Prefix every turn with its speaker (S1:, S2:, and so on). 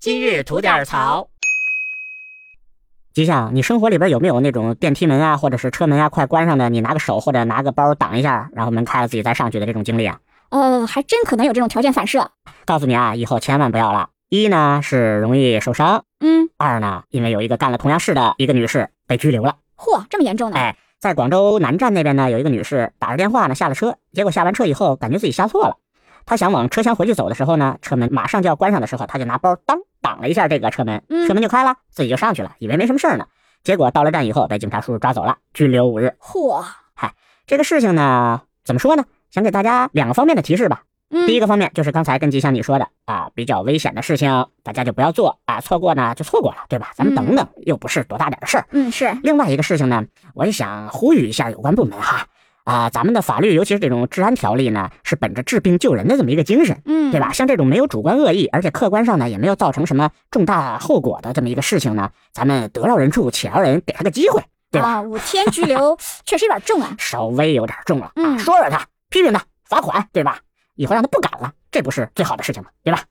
S1: 今日吐点槽。
S2: 吉祥，你生活里边有没有那种电梯门啊，或者是车门啊，快关上的，你拿个手或者拿个包挡一下，然后门开了自己再上去的这种经历啊？
S3: 呃，还真可能有这种条件反射。
S2: 告诉你啊，以后千万不要了。一呢是容易受伤，
S3: 嗯，
S2: 二呢因为有一个干了同样事的一个女士被拘留了。
S3: 嚯，这么严重呢？
S2: 哎，在广州南站那边呢，有一个女士打着电话呢下了车，结果下完车以后感觉自己下错了，她想往车厢回去走的时候呢，车门马上就要关上的时候，她就拿包当挡了一下这个车门，
S3: 嗯
S2: 车门就开了，自己就上去了，以为没什么事儿呢。结果到了站以后被警察叔叔抓走了，拘留五日。
S3: 嚯，
S2: 这个事情呢，怎么说呢？想给大家两个方面的提示吧。
S3: 嗯，
S2: 第一个方面就是刚才跟吉祥你说的啊，比较危险的事情，大家就不要做啊，错过呢就错过了，对吧？咱们等等，又不是多大点的事儿。
S3: 嗯，是，
S2: 另外一个事情呢，我也想呼吁一下有关部门哈，啊，咱们的法律，尤其是这种治安条例呢，是本着治病救人的这么一个精神，
S3: 嗯，
S2: 对吧？？像这种没有主观恶意，而且客观上呢也没有造成什么重大后果的这么一个事情呢，咱们得饶人处且饶人，给他个机会，对吧？
S3: 啊，五天拘留 确实有点重啊。
S2: 稍微有点重了啊，
S3: 嗯
S2: 说说他，批评他，罚款，对吧？以后让他不敢了，这不是最好的事情吗？对吧？